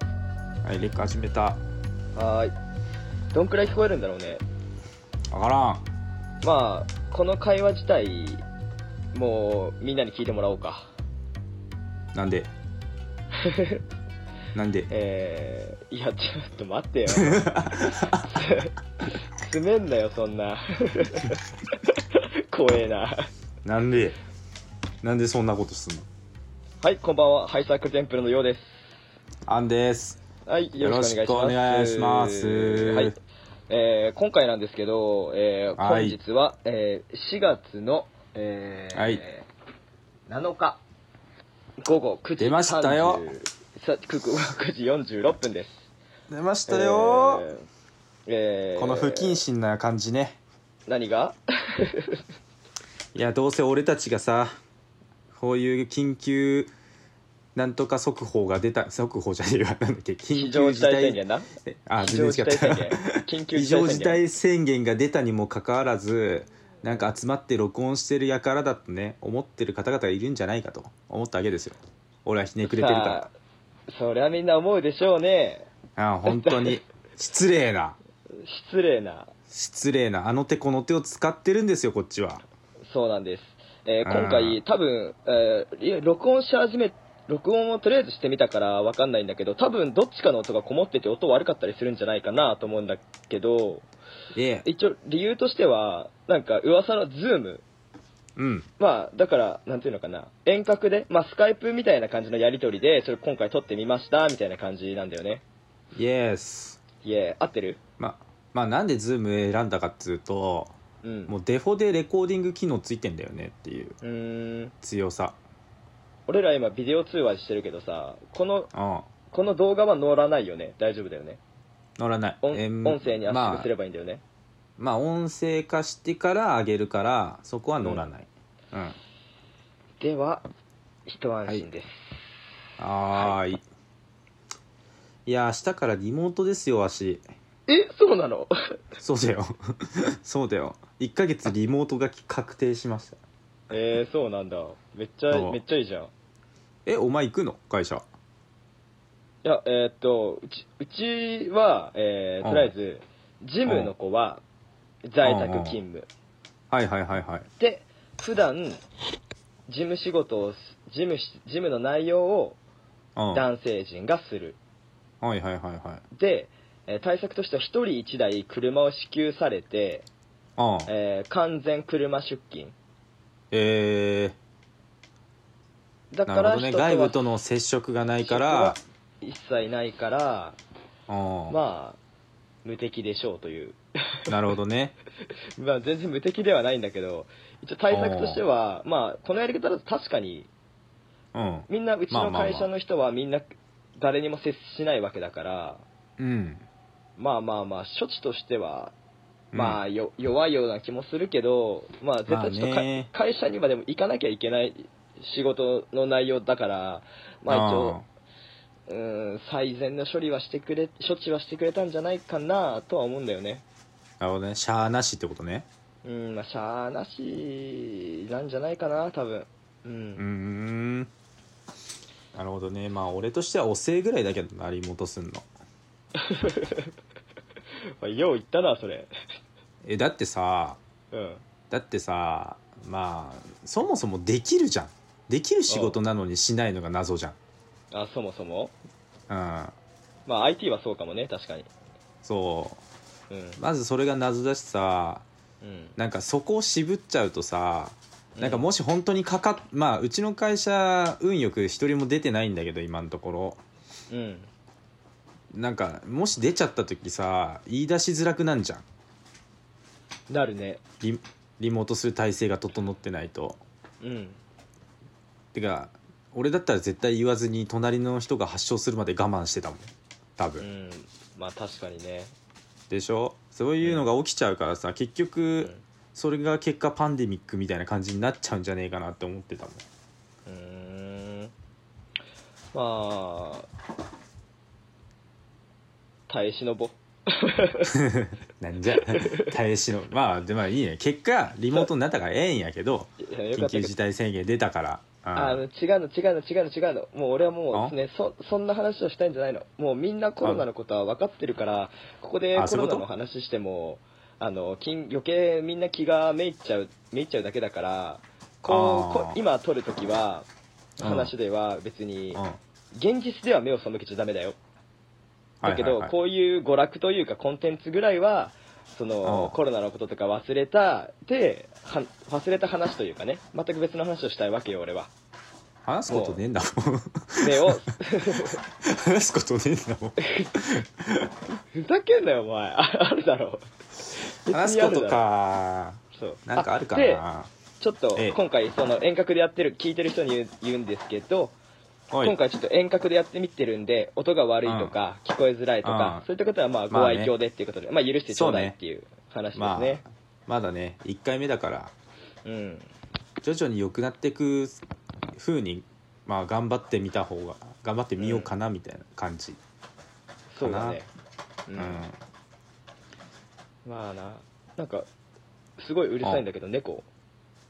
はい、レック始めた。はーい。どんくらい聞こえるんだろうね。わからん。まあ、この会話自体、もうみんなに聞いてもらおうか。なん でなんでえー、いや、ちょっと待ってよ。すめんなよ、そんな。 怖えな。なんでなんでそんなことすんのはい、こんばんは。ハイサークルテンプルのようです。アンです。はい、よろしくお願いします。よろしくお願いしますはい。えー今回なんですけど、えーは本い日は、えー4月の、えーはい7日午後9時出ましたよ30さ9時9時46分です。出ましえーえーこの不謹慎な感じね。何がいや、どうせ俺たちがさ、こういう緊急、なんとか速報が出た、速報じゃねえわ、なんだっけ、緊非急常事事態宣態言、なあ、非全然常違事っ態宣た言。緊急非事態宣言。常事態宣言が出たにもかかわらずなんか集まって録音してる輩だとね思ってる方々がいるんじゃないかと思ったわけですよ俺はひねくれてるかさあそりゃみんな思うでしょうね。らああ本当に失礼な失礼な。失礼なあの手この手を使ってるんですよこっちはそうなんです。えーあー今回、多分、えーいや録音し始め、録音をとりあえずしてみたからわかんないんだけど、多分どっちかの音がこもってて音悪かったりするんじゃないかなと思うんだけど、ええ一応理由としては、なんか噂のズーム。うんまあ、だから、なんていうのかな。遠隔で、まあ、スカイプみたいな感じのやりとりで、それ今回撮ってみました、みたいな感じなんだよね。イエスいえ、合ってるままあなんで Zoom 選んだかっつうとうん。もうデフォでレコーディング機能ついてんだよねっていううーん。強さ俺ら今ビデオ通話してるけどさ、この、うんこの動画は乗らないよね。大丈夫だよね。乗らない音えー音声に圧ま縮あすればいいんだよね、まあ音声化してから上げるからそこは乗らない、うんでは一安心です、はーいいや明日からリモートですよわしえそうなの そうだよ そうだよ1ヶ月リモートが確定しましたえー、そうなんだめっちゃそうめっちゃいいじゃんいえお前行くの会社やえーっとうちうちは、えーうんとりあえずジムの子は在宅勤務はいはいはいはいで普段事務仕事をす事務し事務の内容をうんはい男性陣がするはいはいはいでえー対策としては1人1台車を支給されて、うんえー完全車出勤えー、だかなるらほどね人とは外部との接触がないから一切ないからうんまあ無敵でしょうというなるほどねまあ全然無敵ではないんだけど一応対策としてはまあこのやり方だと確かにうんみんなうちまあのまあまあ会社の人はみんな誰にも接しないわけだからうんまあまあまあ処置としてはうんまあよ弱いような気もするけどまあ絶対ちょっとまあかね会社にはでも行かなきゃいけない仕事の内容だからまあ一応うーん最善の処理はしてくれ処置はしてくれたんじゃないかなとは思うんだよねなるほどねシャーなしってことねうんまあしゃあなしなんじゃないかな多分うん、うーんなるほどねまあ俺としてはお世ぐらいだけどなリモートすんのまあよう言ったなそれえだってさうんだってさまあそもそもできるじゃんできる仕事なのにしないのが謎じゃんあそもそもうんまあ IT はそうかもね確かにそうんうまずそれが謎だしさうんなんかそこを渋っちゃうとさなんかもし本当にかかっまあうちの会社運よく一人も出てないんだけど今のところうんなんかもし出ちゃった時さ言い出しづらくなんじゃんなるねリリモートする体制が整ってないとうんてか俺だったら絶対言わずに隣の人が発症するまで我慢してたもん多う分、んまあ確かにねでしょそういうのが起きちゃうからさ結う局んそれが結果パンデミックみたいな感じになっちゃうんじゃねえかなって思ってたもんうーんまあ耐え忍ぼうなん じゃ耐え忍ぶまあでもいいね結果リモートになったからええんやけどいやよか緊ったけ急ど事態宣言出たからうあの違うの違うの違うの違うのもう俺はもうねそそんな話をしたいんじゃないのもうみんなコロナのことは分かってるからここであコそういうロこナとの話してもあの金余計みんな気がめいっちゃうめいっちゃうだけだからこうあーこ今撮るときはうん話では別にうん現実では目を背けちゃダメだよだけはいはどいはいこういう娯楽というかコンテンツぐらいはそのうんコロナのこととか忘れたでは忘れた話というかね全く別の話をしたいわけよ俺は。話すことねえんだもん 目を話すことねえんだ もんふざけんなよお前 ああるだろう話すことか別にあるだろうそうなんかあるかでなちょっとええ今回その遠隔でやってる聞いてる人に言う言うんですけどおい今回ちょっと遠隔でやってみてるんで音が悪いとか聞こえづらいとかうんそういったことはまあごまあね愛嬌でっていうことでまあ許してちょうだいっていう話ですまねあまだね1回目だからうん徐々に良くなっていく風にまあ頑張ってみた方が頑張ってみようかなみたいな感じそうだねううんん、まあななんかすごいうるさいんだけど猫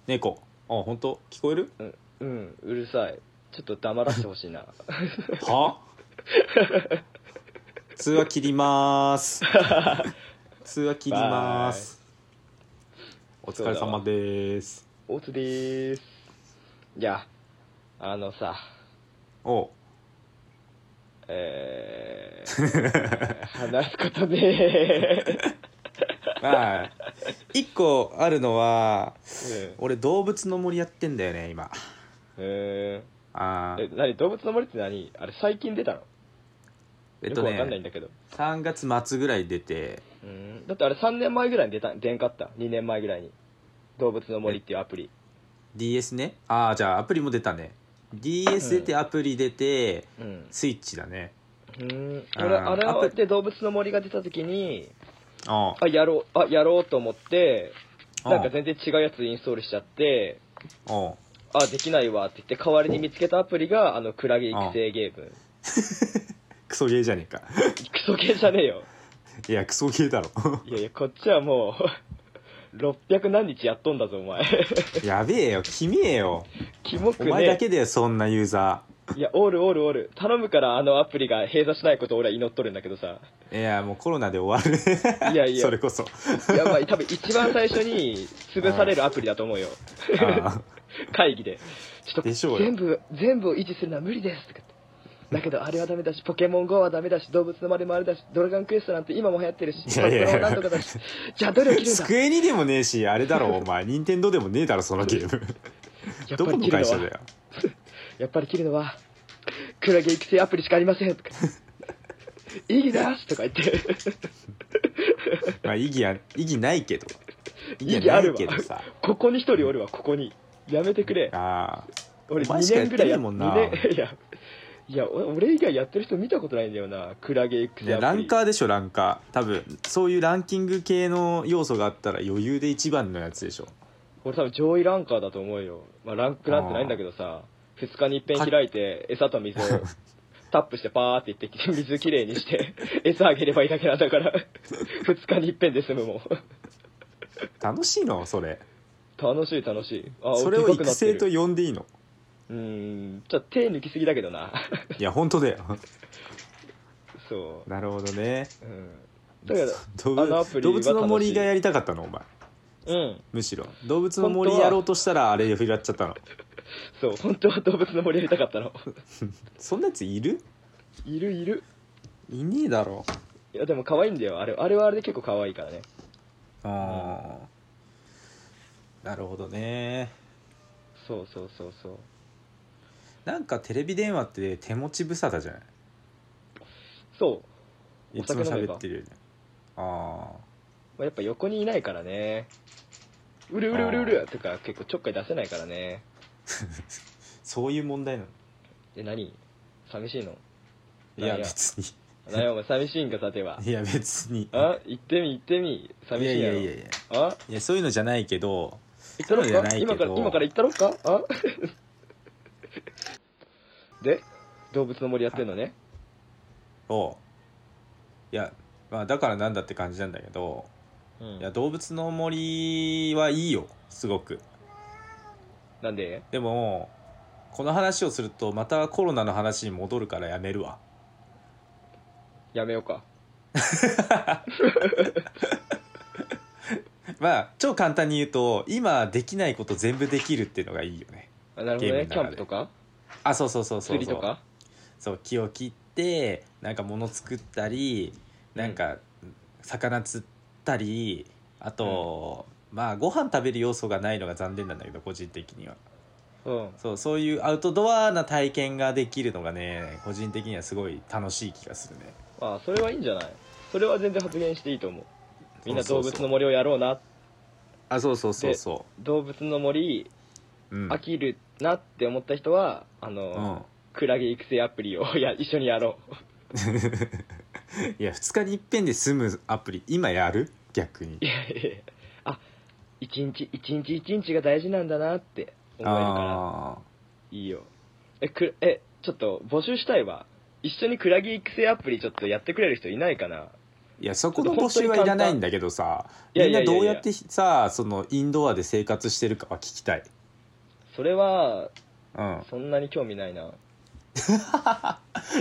猫あ本当聞こえ るうんうんうるさいちょっと黙らせてほし いなは通話切りまーす通話切りまーすお疲れ様でーす大津でーすいやあのさおうえー、話すことで、 まあ一個あるのはうん俺動物の森やってんだよね今えあー、ーえ何動物の森って何あれ最近出たの、えっよとくわかんないんねだけど3月末ぐらい出てうんだってあれ3年前ぐらいに出た出んかった2年前ぐらいに動物の森っていうアプリ DS ねああじゃあアプリも出たね DS 出てアプリ出て、うんスイッチだねうんあー俺あれアをプで動物の森が出た時にああやろうあやろうと思ってあなんか全然違うやつインストールしちゃってあああできないわって言って代わりに見つけたアプリがあのクラゲ育成ゲームクソゲーじゃねえか クソ系じゃねえよいやクソゲーだろ いやいや、こっちはもう、600何 日やっとんだぞ、お前。 やべえよ君えよキモおくね。前だけだよそんなユーザいや、おるおるおる。頼むから、あのアプリが閉鎖しないことを俺は祈っとるんだけど さ。ーいやもうコロナで終わるいやいやそれこそいやばい、多分一番最初に潰されるアプリだと思うよ。 あ会議で。ちょっでしょと、うよ全部、全部を維持するのは無理です。とかってだけど、あれはダメだし、ポケモン GO はダメだし、動物の丸もあれだし、ドラゴンクエストなんて今も流行ってるし、いやいやいやパズドラもなんとかだし、じゃあどれを切るんだ机にでもねえしあれだ ろお前任天堂でもねえだろそのゲームやっどこぱりの切る会の社はだ よやっぱり切るのは、クラゲ育成アプリしかありません とか、いいなしとか言って、まあ意義は意義ないけど意義あるわ意義はないけどさ。ここに一人おるわ、ここに。やめてくれ。ああ俺お前2しか年ぐらいやっやてねえもんな二年いや、いや、お俺以外やってる人見たことないんだよな、クラゲ育い成アプやリ。ランカーでしょランカー多分そういうランキング系の要素があったら余裕で一番のやつでしょ俺多分上位ランカーだと思うよ。まあ、ランクなんてないんだけどさ、2日に一遍開いて、餌と水を。 タップしてパーっていって水きれいにして餌あげればいいだけなん だから2日に一遍で済むもん楽しいのそれ楽しい楽しいあそれをでかくな育って成ると呼んでいいのうーんちょっと手抜きすぎだけどな いや本当だよそなるほどねう、うん、だけど動あのア物プリ動は楽しい物の森がやりたかったのお前 うんむしろ動物の森やろうとしたらあれ拾っちゃったのそう本当は動物の森やりたかったの そんなやついるいるいるいねえだろいやでも可愛いんだよあれあれはあれで結構可愛いからねあーなるほどねそうそうそうそうなんかテレビ電話って手持ち無沙汰じゃないそう、いつも喋ってるよねあまあ、やっぱ横にいないからねうるうるうるうるとか結構ちょっかい出せないからねあそういう問題なのえ何 寂しいのいやいや別に何やお前寂しいんかさてはいや別にあ行ってみ行ってみ寂いやしいいややろいやいやあいやそういうのじゃないけど行ったろそうじゃっなかいけど今から今から行ったろっかあ で動物の森やってんのねをいやまあだからなんだって感じなんだけどうんいや動物の森はいいよすごくなんででもこの話をするとまたコロナの話に戻るからやめるわ やめようか。まあ超簡単に言うと今できないこと全部できるっていうのがいいよねあなるほゲーどムのね。中キでャンプとかあそうそうそうそう釣りそとうかそう木を切ってなんか物作ったりなんか魚釣ったりあと、まあご飯食べる要素がないのが残念なんだけど個人的にはうん。そうそういうアウトドアな体験ができるのがね個人的にはすごい楽しい気がするねまあ、それはいいんじゃないそれは全然発言していいと思う。みんな動物そうそうのそう森をやろうな。あそうそうそうそ動物の森、ううん、飽きるなって思った人は、あの、うん、クラゲ育成アプリをや一緒にやろう。いや2日にいっぺんで済むアプリ今やる逆にあ、一日一日一日が大事なんだなって思えるから、ああいいよ。え、く、え、ちょっと募集したいわ。一緒にクラゲ育成アプリちょっとやってくれる人いないかないやそこの募集はいらないんだけどさいやみいんやないやいどやうやってさそのインドアで生活してるかは聞きたいそれは、うんそんなに興味ないな。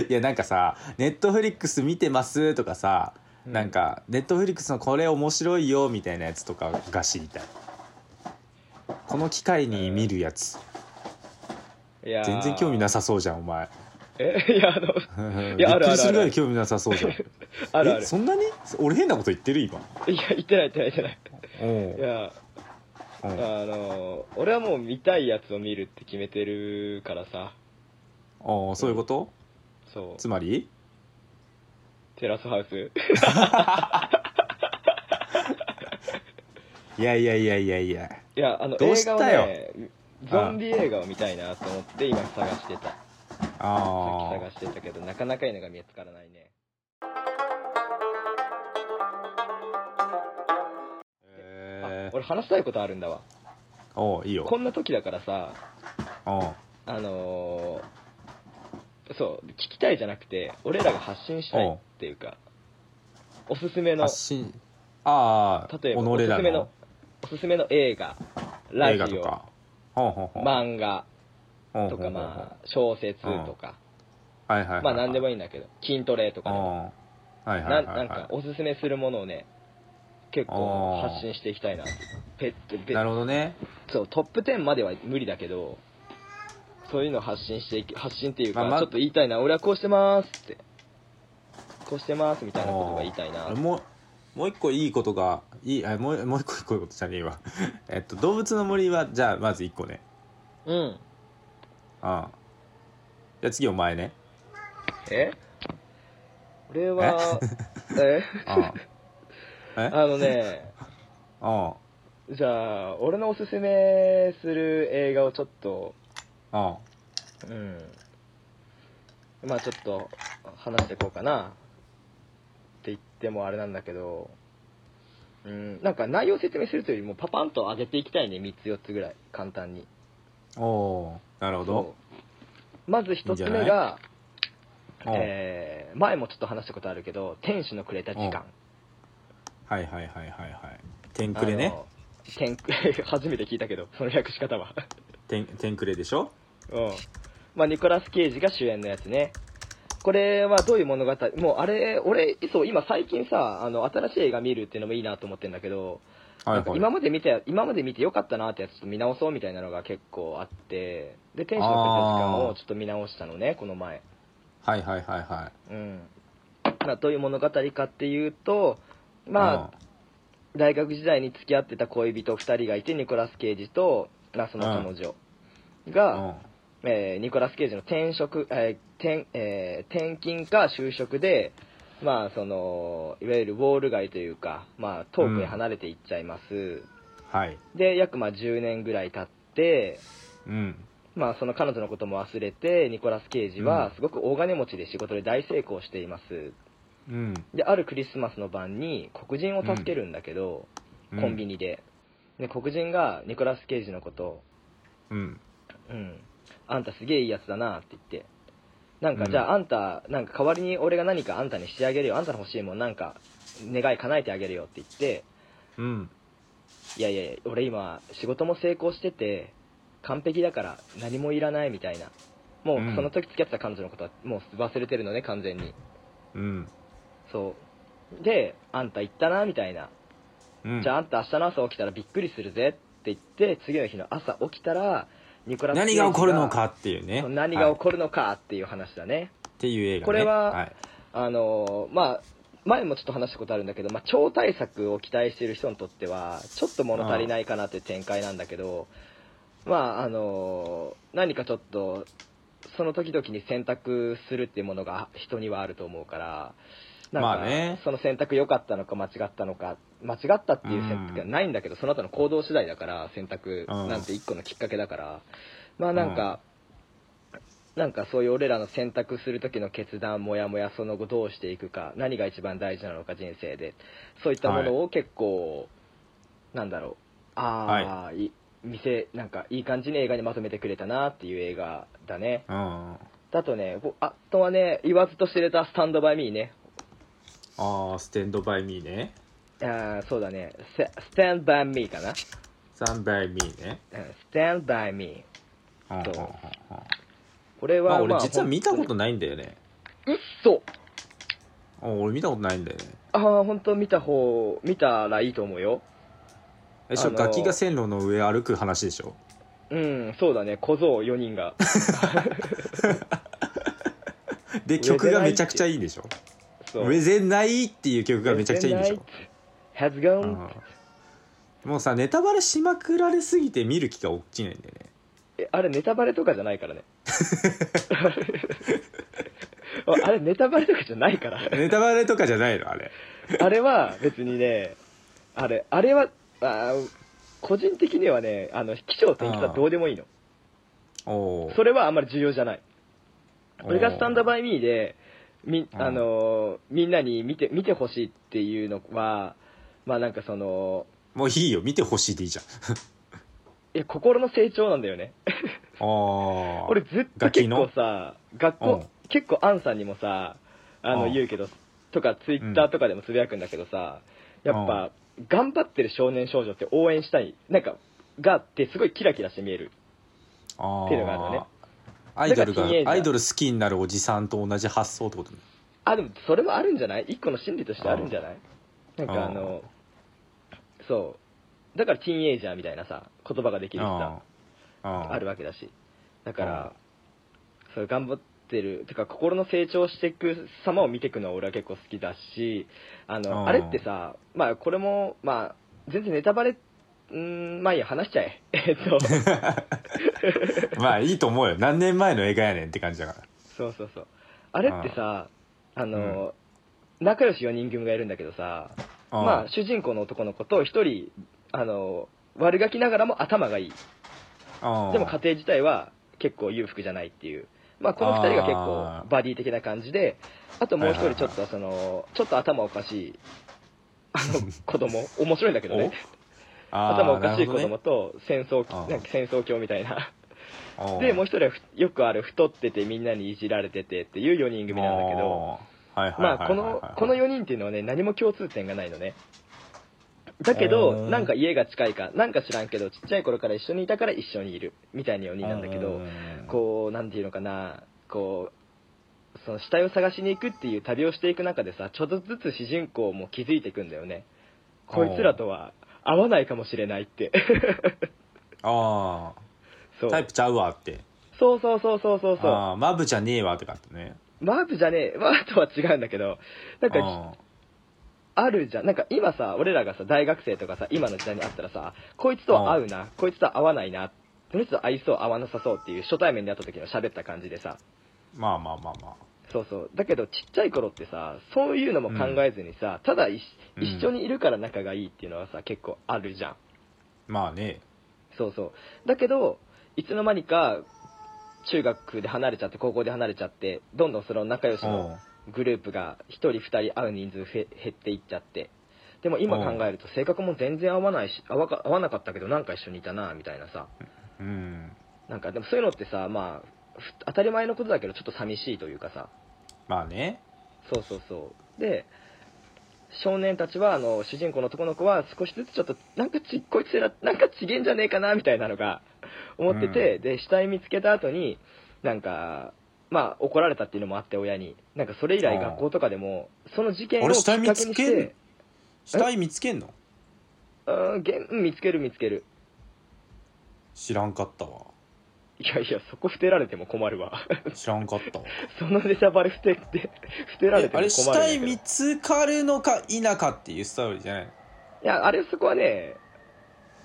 いやなんかさ「ネットフリックス見てます」とかさ、うんなんか「ネットフリックスのこれ面白いよ」みたいなやつとかが知りたいこの機会に見るやついやー全然興味なさそうじゃんお前え、いや、あの、いびやっあるくあるあるりするぐらい興味なさそうじゃん あるあえる。そんなに俺変なこと言ってる今いや、言ってない、言ってない、言ってなおい。ういや、おうあの、俺はもう見たいやつを見るって決めてるからさ、おうそういうことそつまりう、テラスハウス。いやいやいやいやいやいや、あの、どう映し画をたよね、ゾンビ映画を見たいなと思って今探してた。さっあきあ探してたけど、なかなかいいのが見つからないね。あえ、ー、俺話したいことあるんだわ。おういいよこんな時だからさ、おうあのーそう、聞きたいじゃなくて、俺らが発信したいっていうか、おすすめの発、信ああ例えば、お己すらすめの、おすすめの映画、ラ映ジ画とオ、かほうほうほう漫画ほうほとうほか、うまあ、小説とか、はいはいはいはいまあ、何でもいいんだけど、筋トレとかうね、んはいはないはいはないんか、おすすめするものをね、結構あー発信していきたいな。ペッペなるほどねそう、トップ10までは無理だけど、そういうのを発信していき、発信っていうか、まあまあちょっと言いたいな、俺はこうしてますって。こうしてますみたいなことが言いたいな。もうもう一個いいことがいいあもうもう一個いいことじゃねえわ えっと動物の森はじゃあまず一個ねうん。ああじゃあ次お前ねえ俺は、え ああえああのね、あじゃあ、俺のおすすめする映画をちょっと、あうん。まあちょっと、話していこうかな。って言ってもあれなんだけど、うん、なんか内容を説明するというよりも、パパンと上げていきたいね、3つ4つぐらい、簡単に。あおおーなるほどそうまず1ついいん目じゃが、うんえー前もちょっと話したことあるけど、天使のくれた時間。はいはいはいはいはい天くれあねの。天く れ、初めて聞いたけど、その略し方は。天天くれでしょうん。まあ、ニコラス・ケイジが主演のやつね。これはどういう物語もうあれ、俺、そう、今最近さ、あの、新しい映画見るっていうのもいいなと思ってんだけど、はいなんかはい今まで見て、今まで見てよかったなってやつちょっと見直そうみたいなのが結構あって、で、天使のくれた時間をちょっと見直したのね、この前。はいはいはいはうん。まあ、どういう物語かっていうと、いまあ、うん大学時代に付き合ってた恋人2人がいてニコラス・ケイジと、まあ、その彼女が、えーニコラス・ケイジの転職、えー転えー転勤か就職で、まあ、そのいわゆるウォール街というか、まあ、遠くへ離れていっちゃいます、はい。で約まあ10年ぐらい経って、うん。まあ、その彼女のことも忘れてニコラス・ケイジうはんすごく大金持ちで仕事で大成功していますうん。であるクリスマスの晩に黒人を助けるんだけど、コンビニ。ニで。で、黒人がニコラス・ケイジのことを、うん。うん、あんたすげえいいやつだなって言って、なんか、うんじゃああんた、なんか代わりに俺が何かあんたにしてあげるよ、あんたの欲しいもんなんか願い叶えてあげるよって言って、うん。いやいやいや、俺今仕事も成功してて、完璧だから何もいらないみたいなもうんうその時付き合ってた彼女のことはもう忘れてるのね完全にうんそうであんた行ったなみたいな、うんじゃああんた明日の朝起きたらびっくりするぜって言って次の日の朝起きたらニコラス・何が起こるのかっていうねそう何がはい起こるのかっていう話だね、っていう映画ねこれはいあのーまあ前もちょっと話したことあるんだけど、まあ、超大作を期待している人にとってはちょっと物足りないかなという展開なんだけどまああのー何かちょっとその時々に選択するっていうものが人にはあると思うからなんか、まあねその選択良かったのか間違ったのか間違ったっていう選択はないんだけど、その後の行動次第だから選択なんて一個のきっかけだから、まあなんか、なんかそういう俺らの選択する時の決断もやもやその後どうしていくか何が一番大事なのか人生でそういったものを結構、なんだろうああ、い、見せなんかいい感じに映画にまとめてくれたなっていう映画だねうんあだとねぼあとはね言わずと知れた「スタンド・バイ・ミーね」あステンドバイミーねあーそうだね「スタンド・バイ・ミー」かなスタンドバイミーね「スタンド・バイ・ミーうんうんそううんうんこれまは、あ俺実は見たこないとないんだよねそううん俺見たことないんだよねああ本当見た方見たらいいと思うよえしかもあのー楽器が線路の上歩く話でしょうんそうだね小僧4人がで曲がめちゃくちゃいいでしょ「そうウェゼンナイ」っていう曲がめちゃくちゃいいんでしょ Has う gone んもうさネタバレしまくられすぎて見る気が起きないんだよねえあれネタバレとかじゃないからね あれネタバレとかじゃないからネタバレとかじゃないのあれあれは別にねあれあれはあー個人的にはねあの起承転結はどうでもいいのおおそれはあんまり重要じゃない俺が「スタンドバイ・ミーで」みうんあのーみんなに見て見てほしいっていうのはまあなんかそのもういいよ見てほしいでいいじゃんいや心の成長なんだよねああ俺ずっと楽器結の構さ学校結構アンさんにもさあうのん言うけどとかツイッターとかでもつぶやくんだけどさやっぱ頑張ってる少年少女って応援したいなんかがあってすごいキラキラして見えるあっていうのがあるのねアイドルだからがティーンエイジャーアイドル好きになるおじさんと同じ発想ってことねあでもそれもあるんじゃない一個の心理としてあるんじゃないなんかあのそうだからティーンエイジャーみたいなさ言葉ができるしさああるわけだしだからそれ頑張ってるてか心の成長していく様を見ていくのは俺は結構好きだしあうのんあれってさまあこれもまあ全然ネタバレうーんまあいいや話しちゃえ えっ とまあいいと思うよ何年前の映画やねんって感じだからそうそうそうあれってさあの、仲良し4人組がいるんだけどさうんまあ主人公の男の子と1人あの悪ガキながらも頭がいいうんでも家庭自体は結構裕福じゃないっていう、まあ、この2人が結あ構ーバディ的な感じであともう1はい人はいちはいょっとそのちょっと頭おかしいあの 子供面白いんだけどねあー頭おかしい子なる供と戦争あーなんか戦争教みたいなほどねでもう1人はふよくある太っててみんなにいじられててっていう4人組なんだけどあーはいはいはいまはいあこのこの4人っていうのはね何も共通点がないのねだけどうんなんか家が近いかなんか知らんけどちっちゃい頃から一緒にいたから一緒にいるみたいな4人なんだけどうんこう、なんていうのかな、こう、その死体を探しに行くっていう旅をしていく中でさ、ちょっとずつ主人公も気づいていくんだよね。こいつらとは合わないかもしれないって。ああそうタイプちゃうわってそうそうそうそうそうそう。あーマブじゃねえわって感じねマープじゃねえ、マープとは違うんだけど、なうんかんあるじゃん。なんか今さ、俺らがさ、大学生とかさ、今の時代にあったらさ、こいつとは合うな、こいつとは合わないな、こいつとは合いそう、合わなさそうっていう初対面で会った時の喋った感じでさ、まあまあまあまあそうそうだけどちっちゃい頃ってさそういうのも考えずにさ、ただ一うん一緒にいるから仲がいいっていうのはさ結構あるじゃんまあねそうそうだけどいつの間にか中学で離れちゃって高校で離れちゃってどんどんその仲良しのグループが1人2人会う人数ふえ減っていっちゃってでも今考えると性格も全然合わないし合わか合わなかったけどなんか一緒にいたなみたいなさうんうんなんかでもそういうのってさまあふ当たり前のことだけどちょっと寂しいというかさまあねそうそうそうで少年たちはあの主人公の男の子は少しずつちょっとなんかちこいつらなんかちげえんじゃねえかなみたいなのが思ってて、で死体見つけた後になんかまあ怒られたっていうのもあって親になんかそれ以来あー学校とかでもその事件を俺きっ死か体けに見つしけんて死体見つけんのうんげん見つける見つける知らんかったわいやいやそこ捨てられても困るわ 知らんかったわそのネタバレ捨てって捨てられえてあも困るんれやけ死ど体見つかるのか否かっていうストーリーじゃないのいや、あれ、そこはね、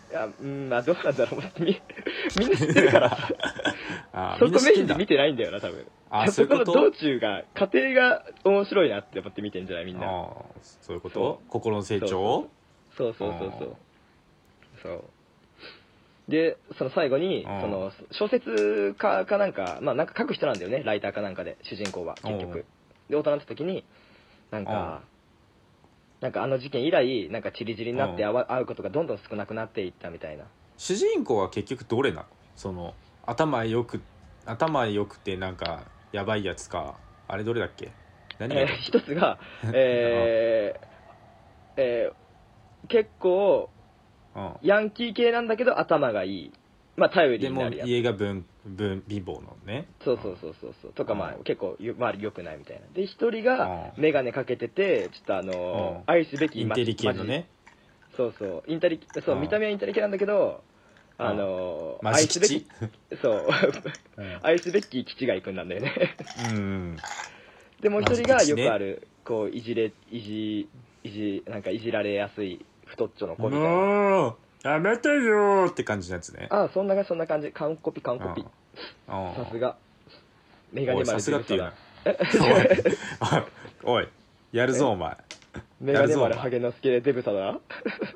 いや、うん、まあ、どう なんだろう。み、みんな知ってるから、あそこみんな知ってんメインでだ見てないんだよな、多分。あそういうここのと道中が、過程が面白いなって思って見てんじゃないみんな。ああそういうこそと心の成長そうそうそうそう。そう。で、その最後に、そうんの、小説家かなんか、まあ、なんか書く人なんだよね、ライターかなんかで、主人公は、結う局ん。で、大人になった時に、なんか、なんかあの事件以来、なんかチリチリになって会わ会うことがどんどん少なくなっていったみたいな。主人公は結局どれなのその頭よく頭よくてなんかやばいやつかあれどれだっけ何がえー一つ が、えーえー結構うんヤンキー系なんだけど頭がいい、まあ、頼りでになもるやつ家が文文貧乏のねそうそうそうそうそうとか、まあうん結構ゆ周り良くないみたいなで一人がうん眼鏡かけててちょっとあのーうん愛すべきインテリ系のマジねそうそうインテリそう、うん見た目はインテリ系なんだけどうんあのーマ愛ジすべき吉そう うん愛すべき吉がいくんなんだよねうんでもう一人がマジよでねくあるこういじれいじいじなんかいじられやすい太っちょの子みたいなもうやめてよーって感じのやつねああそんな感じそんな感じ完コピ完コピうんうんさすがメガおネいさ丸すがっていうなおいおいやるぞお前メガネやる丸ぞハゲのスケデブサだ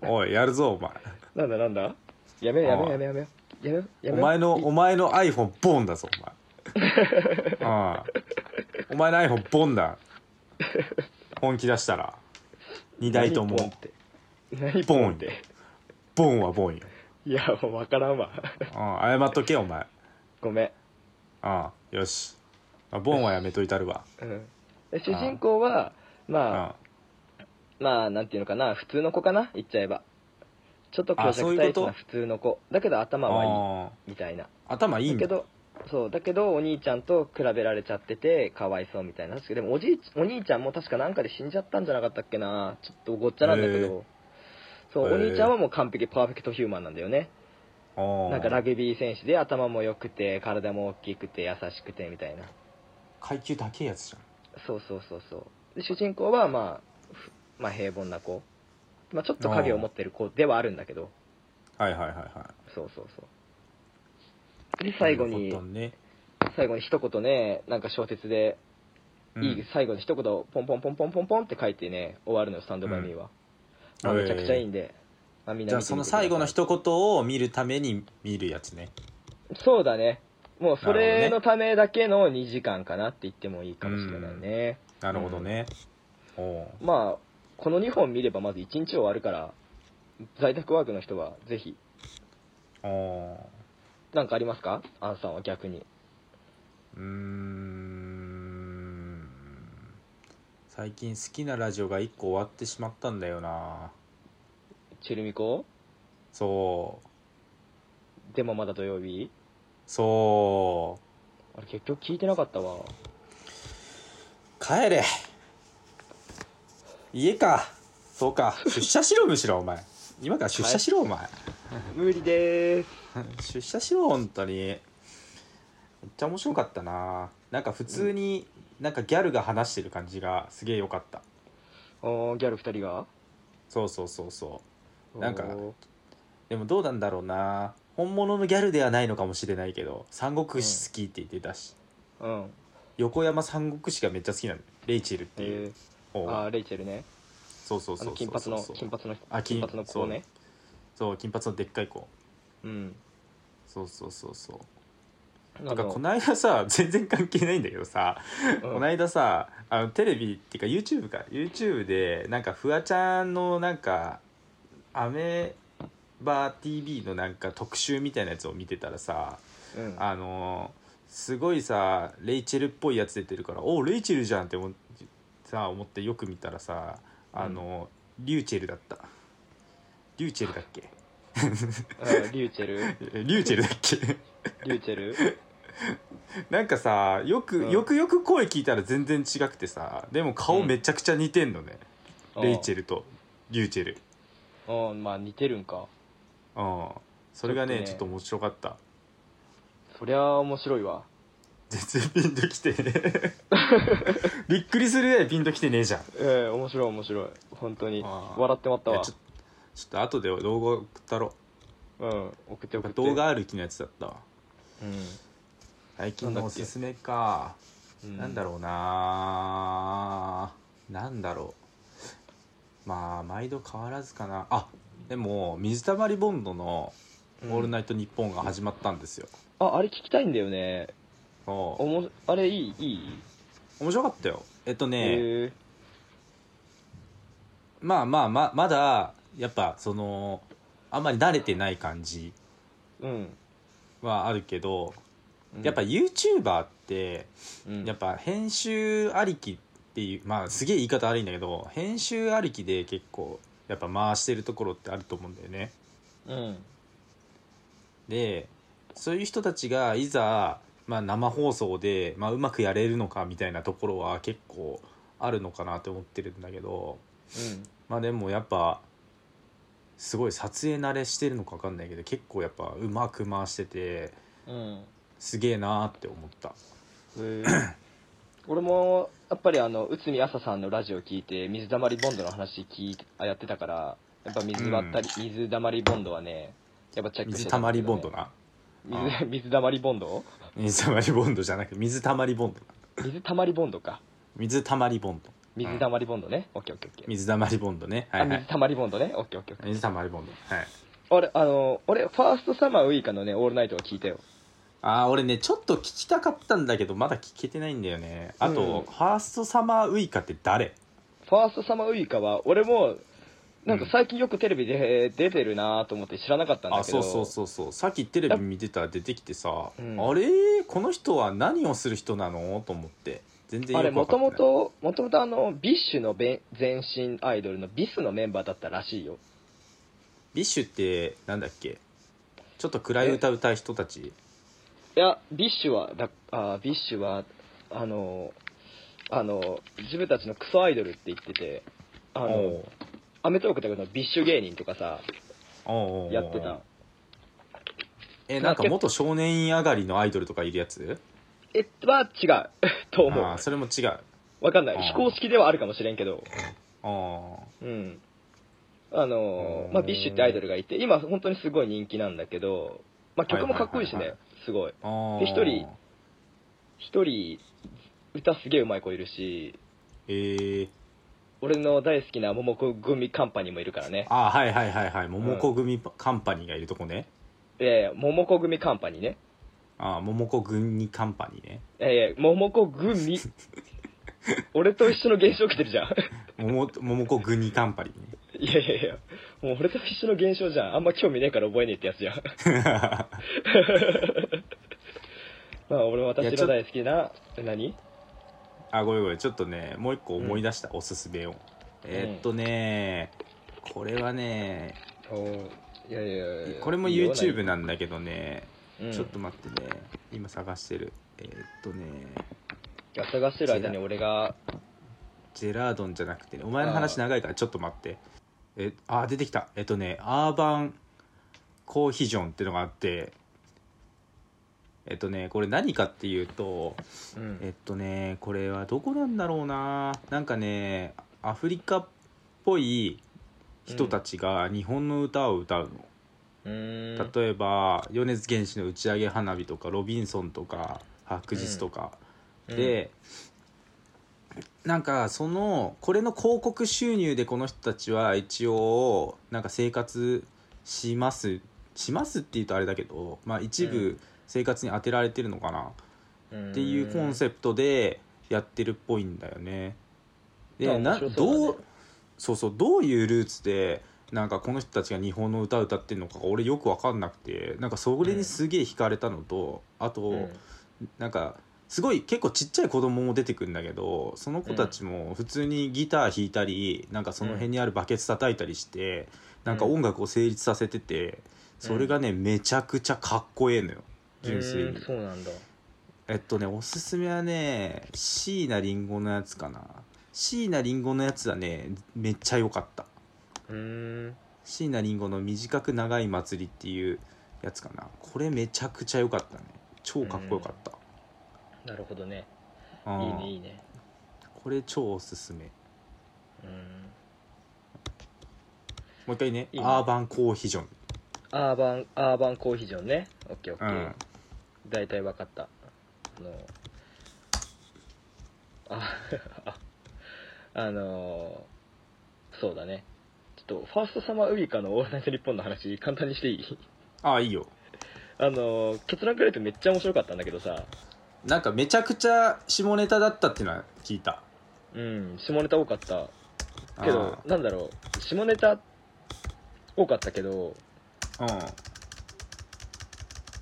おいやるぞお前なんだなんだやめようやめようやめようやめようやめようやおめよう前のお前の iPhone ボンだぞお前ああお前の iPhone ボンだ本気出したら2台とも何ポンって何ポボンンってボンはボンよいやもう分からんわ ああ謝っとけお前ごめん、ああよしあボンはやめといたるわうん、で主人公はまああまあなんていうのかな普通の子かな言っちゃえばちょっと強あそうい弱うこ体質とな普通の子だけど頭あはいいあみたいなあ頭いいんだけだどそうだけどお兄ちゃんと比べられちゃっててかわいそうみたいな確かでもおじいお兄ちゃんも確かなんかで死んじゃったんじゃなかったっけなちょっとごっちゃなんだけへどそうへーお兄ちゃんはもう完璧パーフェクトヒューマンなんだよねなんかラグビー選手で頭も良くて体も大きくて優しくてみたいな階級高いやつじそうそうそうそうで主人公はまあふまあ平凡な子まあちょっと影を持ってる子ではあるんだけどゃんはいはいはいはそうそうそうでい最後になるほどね最後に一言ねなんか小説でうんいい最後に一言ポンポンポンポンポンポンって書いてね終わるのよスタンドバイミーは、うんまあめちゃくちゃいいんで、まあ、みんじなゃあ見てそみのてください最後の一言を見るために見るやつねそうだねもうそれなるほどねのためだけの2時間かなって言ってもいいかもしれないね、なるほどね、おうまあこの2本見ればまず1日終わるから在宅ワークの人はぜひおう何かありますかアンさんは逆にうーん最近好きなラジオが1個終わってしまったんだよなチェルミコそうでもまだ土曜日そうあれ結局聞いてなかったわ帰れ家かそうか出社しろむしろお前今から出社しろお前 無理でーす 出社しろ本当にめっちゃ面白かったななんか普通になんかギャルが話してる感じがすげえ良かったおーギャル2人がそうそうそうそうなんかおーでもどうなんだろうな本物のギャルではないのかもしれないけど三国志好きって言ってたし、うん横山三国志がめっちゃ好きなのレイチェルっていう、えおー、あーレイチェルねそうそうあそうそのう金髪のそう金髪のあ金金髪の子ねそう金髪のでっかい子うんそうそうそうそうななんかこの間さ 全然関係ないんだけどさ、この間さあのテレビっていうか YouTube か YouTube でなんかフワちゃんのなんかアメバ TV のなんか特集みたいなやつを見てたらさうんあのーすごいさレイチェルっぽいやつ出てるから「おうレイチェルじゃん」って思っさ思ってよく見たらさあのーリューチェルだったリューチェルだっけうんリューチェルえリューチェルだっけ リューチェルなんかさよく、うんよくよく声聞いたら全然違くてさでも顔めちゃくちゃ似てんのね、レイチェルルとリューチェルうんまあ似てるんかうんそれがねちょちょっっとと面白かったそりゃあ面白いわ絶対ピンときてね びっくりするぐらいピンときてねえじゃんええ面白い面白い本当にあー笑ってまったいやわちょちょっと後で動画送ったろうん送って送って動画歩きのやつだったわう最近のおすすめかんなんだろろうななんだろうまあ毎度変わらずかなあでも水溜りボンドの「オールナイトニッポン」が始まったんですよ、ああれ聞きたいんだよねおおもあれいいいい面白かったよえっとね、えまあまあままだやっぱそのあんまり慣れてない感じうんはあるけどうんやっぱ YouTuber ってうんやっぱ編集ありきっていうまあすげえ言い方悪いんだけど編集ありきで結構やっぱ回してるところってあると思うんだよねうんでそういう人たちがいざ、まあ、生放送で、まあ、うまくやれるのかみたいなところは結構あるのかなって思ってるんだけどまあでもやっぱすごい撮影慣れしてるのか分かんないけど結構やっぱうまく回しててうんうんすげえなーって思ったへえ俺もやっぱりあの内海朝さんのラジオ聞いて水溜りボンドの話聞いあやってたからやっぱ水割ったり、水溜りボンドはねやっぱチェックし水てたたんまだけりボどねンドな水水溜りボンド水たまりボンドじゃなくて水たまりボンドな水溜りボンドか水たまりボンド水溜りボンドね、オッケーオッケーオッケー水溜りボンドね。はあいは水い。溜りボンドねオッケーオッケーオッケー水溜りボンド。はい。俺あの俺ファーストサマーウイカのね「オールナイト」を聞いたよああ、俺ね、ちょっと聞きたかったんだけど、まだ聞けてないんだよね。あと、うんファーストサマーウイカって誰ファーストサマーウイカは俺もなんか最近よくテレビで出てるなと思って知らなかったんだあ、けど、そうそうそうそう。さっきテレビ見てたら出てきてさ、うんあれこの人は何をする人なのと思って。全然あれよくわもかとってないもともともとあのビッシュのべん前身アイドルのビスのメンバーだったらしいよビッシュって、なんだっけちょっと暗い歌歌う人たち。いやビッシュはだあビッシュはあのあの自分たちのクソアイドルって言っててあのおうアメトーークだけどビッシュ芸人とかさおうおうやってたえなんか元少年院上がりのアイドルとかいるやつえは違う と思あうーそれも違うわかんなあいー非公式ではあるかもしれんけどあうんあのうーんまあビッシュってアイドルがいて今本当にすごい人気なんだけど、まあ、曲もかっこいいしね、はいはいはすごいあああで一人一人歌すげえうまい子いるしええ俺の大好きな桃子組カンパニーもいるからねあはいはいはいはい桃子組カンパニーがいるとこね、ええ桃子組カンパニーねあ桃子組カンパニーねええ桃子組俺と一緒の現象来てるじゃん 桃桃子組カンパニいやいやいやもう俺と一緒の現象じゃんあんま興味ねえから覚えねえってやつじゃん ーねまあ俺も私の大好きな何あごめんごめんちょっとねもう一個思い出した、おすすめをえーっとねこれはねおいやいやいやいやこれも YouTube なんだけどね、うんちょっと待ってね今探してるえーっとねいや探してる間に俺がジェラードンじゃなくてねお前の話長いからちょっと待ってえあ出てきたえっとねアーバンコーヒジョンってのがあってえっとねこれ何かっていうとうんえっとねこれはどこなんだろうななんかねアフリカっぽい人たちが日本の歌を歌ううーんの、例えば米津玄師の「打ち上げ花火」とか「ロビンソン」とか「白日」とか、で、なんかそのこれの広告収入でこの人たちは一応なんか生活しますしますっていうとあれだけど、まあ、一う部生活に当てられてるのかなうんっていうコンセプトでやってるっぽいんだよね。まあでな面白そうだねどうそうそうどういうルーツでなんかこの人たちが日本の歌を歌ってるのかが俺よく分かんなくてなんかそれにすげえ惹かれたのと、あと、うんなんかすごい結構ちっちゃい子供も出てくるんだけどその子たちも普通にギター弾いたりなんかその辺にあるバケツ叩いたりして、なんか音楽を成立させててそれがねめちゃくちゃかっこええのよ純粋にうーんそうなんだえっとねおすすめはね椎名林檎のやつかな椎名林檎のやつはねめっちゃ良かったうーん椎名林檎の「短く長い祭り」っていうやつかなこれめちゃくちゃ良かったね超かっこよかった、なるほどねうんいいねいいねこれ超おすすめうんもう一回ねいいねアーバンコーヒジョン、アーバンアーバンコーヒージョンねオッケーオッケうーん、大体分かったあのあ あのそうだねちょっとファーストサマーウイカの「オールナイトニッポン」の話簡単にしていい ああいいよあの結論から言うとめっちゃ面白かったんだけどさなんかめちゃくちゃ下ネタだったっていうのは聞いたうん下ネタ多かったけどあなんだろう下ネタ多かったけどー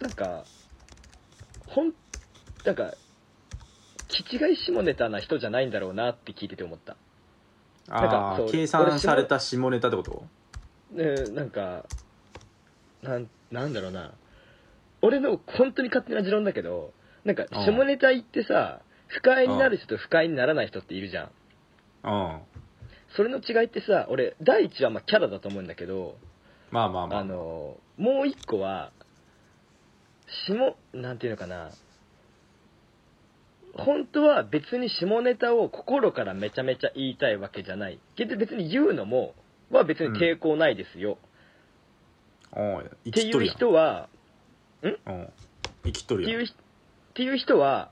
なんかほんなんか気違い下ネタな人じゃないんだろうなって聞いてて思ったうんなんかあそうー計算された下ネタってことねなんかなんなんだろうな俺の本当に勝手な持論だけどなんかうん下ネタ言ってさ不快になる人と不快にならない人っているじゃんうんそれの違いってさ俺第一はまあキャラだと思うんだけどまあまあまああのもう一個は下なんていうのかな本当は別に下ネタを心からめちゃめちゃ言いたいわけじゃないけど別に言うのもは別に抵抗ないですよ、おう生ってきいとるうやん人はうん生きとっるていやんうひっていう人は、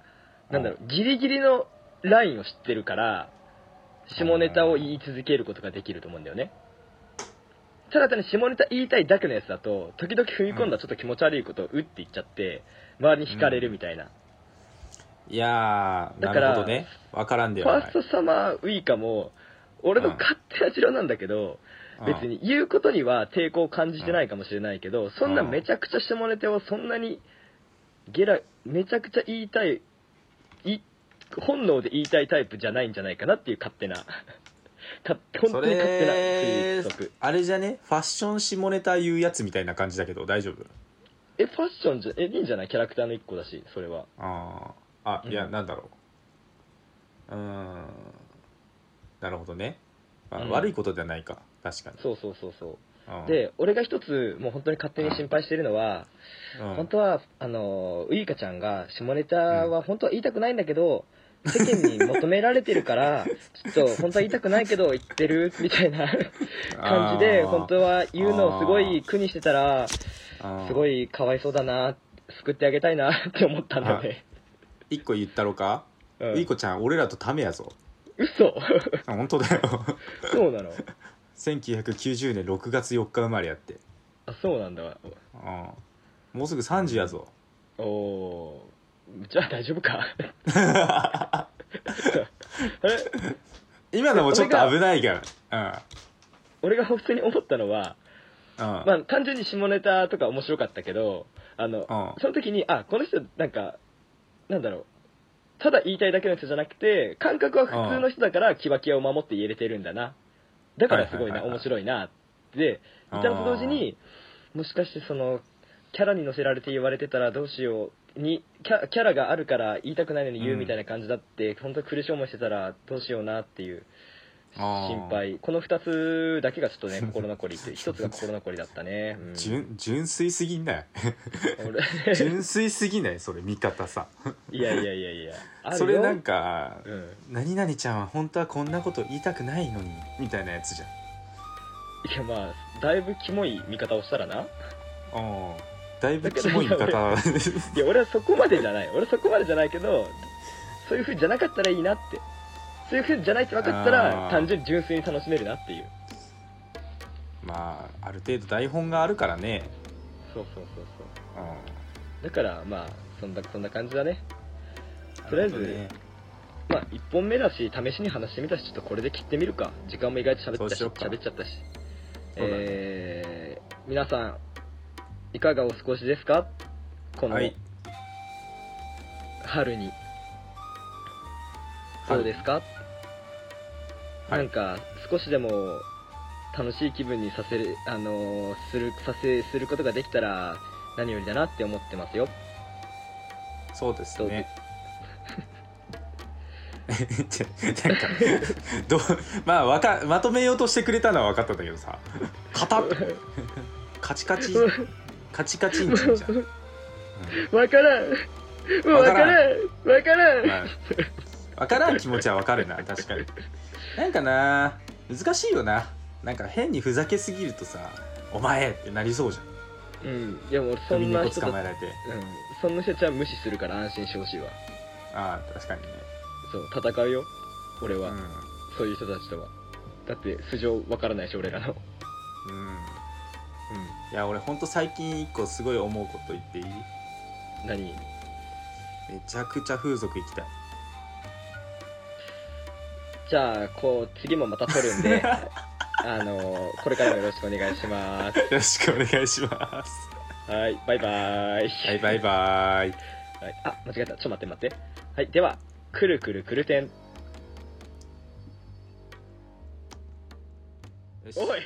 なんだろう、ギリギリのラインを知ってるから、下ネタを言い続けることができると思うんだよね。ただ単に下ネタ言いたいだけのやつだと、時々踏み込んだちょっと気持ち悪いことをうって言っちゃって、周りに惹かれるみたいな。いやーだなからるほどね分からんでフはァなーいストサマーウイカも、俺の勝手な治療なんだけど、別に言うことには抵抗を感じてないかもしれないけど、そんなめちゃくちゃ下ネタをそんなにゲラめちゃくちゃ言いたいい本能で言いたいタイプじゃないんじゃないかなっていう勝手なかうん本そ当に勝手な推れ測あれじゃねファッション下ネタ言うやつみたいな感じだけど大丈夫えファッションじゃえいいんじゃないキャラクターの一個だしそれはあーあうんいや、なんだろううーんなるほどね、まあうん悪いことではないか確かにそうそうそうそううんで俺が一つもう本当に勝手に心配してるのはうん本当はあのウイカちゃんが下ネタは本当は言いたくないんだけど、世間に求められてるからちょっと本当は言いたくないけど言ってるみたいな 感じであー本当は言うのをすごい苦にしてたらあーすごいかわいそうだな救ってあげたいな って思ったんだね、一個言ったろか、う、うんいい子ちゃん俺らとためやぞ嘘あ本当だよ そうなの1990年6月4日生まれやってあそうなんだうんもうすぐ30や ぞ、おおーじゃあ大丈夫か あれ今のもちょっと危ないから俺が普通に思ったのはうんうん、まあ、単純に下ネタとか面白かったけどあの、うんその時にあこの人なんかなんだろうただ言いたいだけの人じゃなくて感覚は普通の人だからキワキワを守って言えれてるんだなだからすごはいな、いはいはいはい面白いなって言ったのと同時にもしかしてそのキャラに乗せられて言われてたらどうしようにキャキャラがあるから言いたくないのに言うみたいな感じだって、本当に苦しい思いしてたらどうしようなっていうあー心配この2つだけがちょっとね心残りって1つが心残りだったね、う ん純純粋すぎん ない俺純粋すぎないそれ見方さいやいやいやいやあるよそれなんかうん「何々ちゃんは本当はこんなこと言いたくないのに」みたいなやつじゃんいやまあだいぶキモい見方をしたらなうんだいぶキモい見方いや俺はそこまでじゃない俺そこまでじゃないけどそういう風じゃなかったらいいなってそういう風じゃないって分かったらあー単純に純粋に楽しめるなっていう まあある程度台本があるからねそうそうそうそううだからまあそんなそんな感じだねんとりあえずなるほどねまあ1本目だし試しに話してみたしちょっとこれで切ってみるか時間も意外と喋そっうたししよっか喋っちゃったし、そうだねえー、皆さんいかがお過ごしですかこのはい春にはいどうですか、はいなんか少しでも楽しい気分にさせるあのーするさせすることができたら何よりだなって思ってますよそうですどうね ちょなんかどうまあわかまとめようとしてくれたのは分かったんだけどさ硬っカチカチカチカチンチンじゃん、うん わからんわからんわからんまあ、分からん気持ちは分かるな確かになんかな難しいよななんか変にふざけすぎるとさ「お前!」ってなりそうじゃんうんいやもうそ首んな猫人た捕ち、うまんえられて、そんな人たちは無視するから安心してほしいわああ確かにね、そう戦うよ俺うは、んそういう人たちとはだって素性わからないし俺らのうんうんいや俺ほんと最近一個すごい思うこと言っていい何めちゃくちゃ風俗行きたいじゃあこう次もまた撮るんであのこれからもよろしくお願いしますよろしくお願いしますはいバイバーイはいバイバイはい、あ間違えたちょっと待って待ってはいではくるくるくるてんおい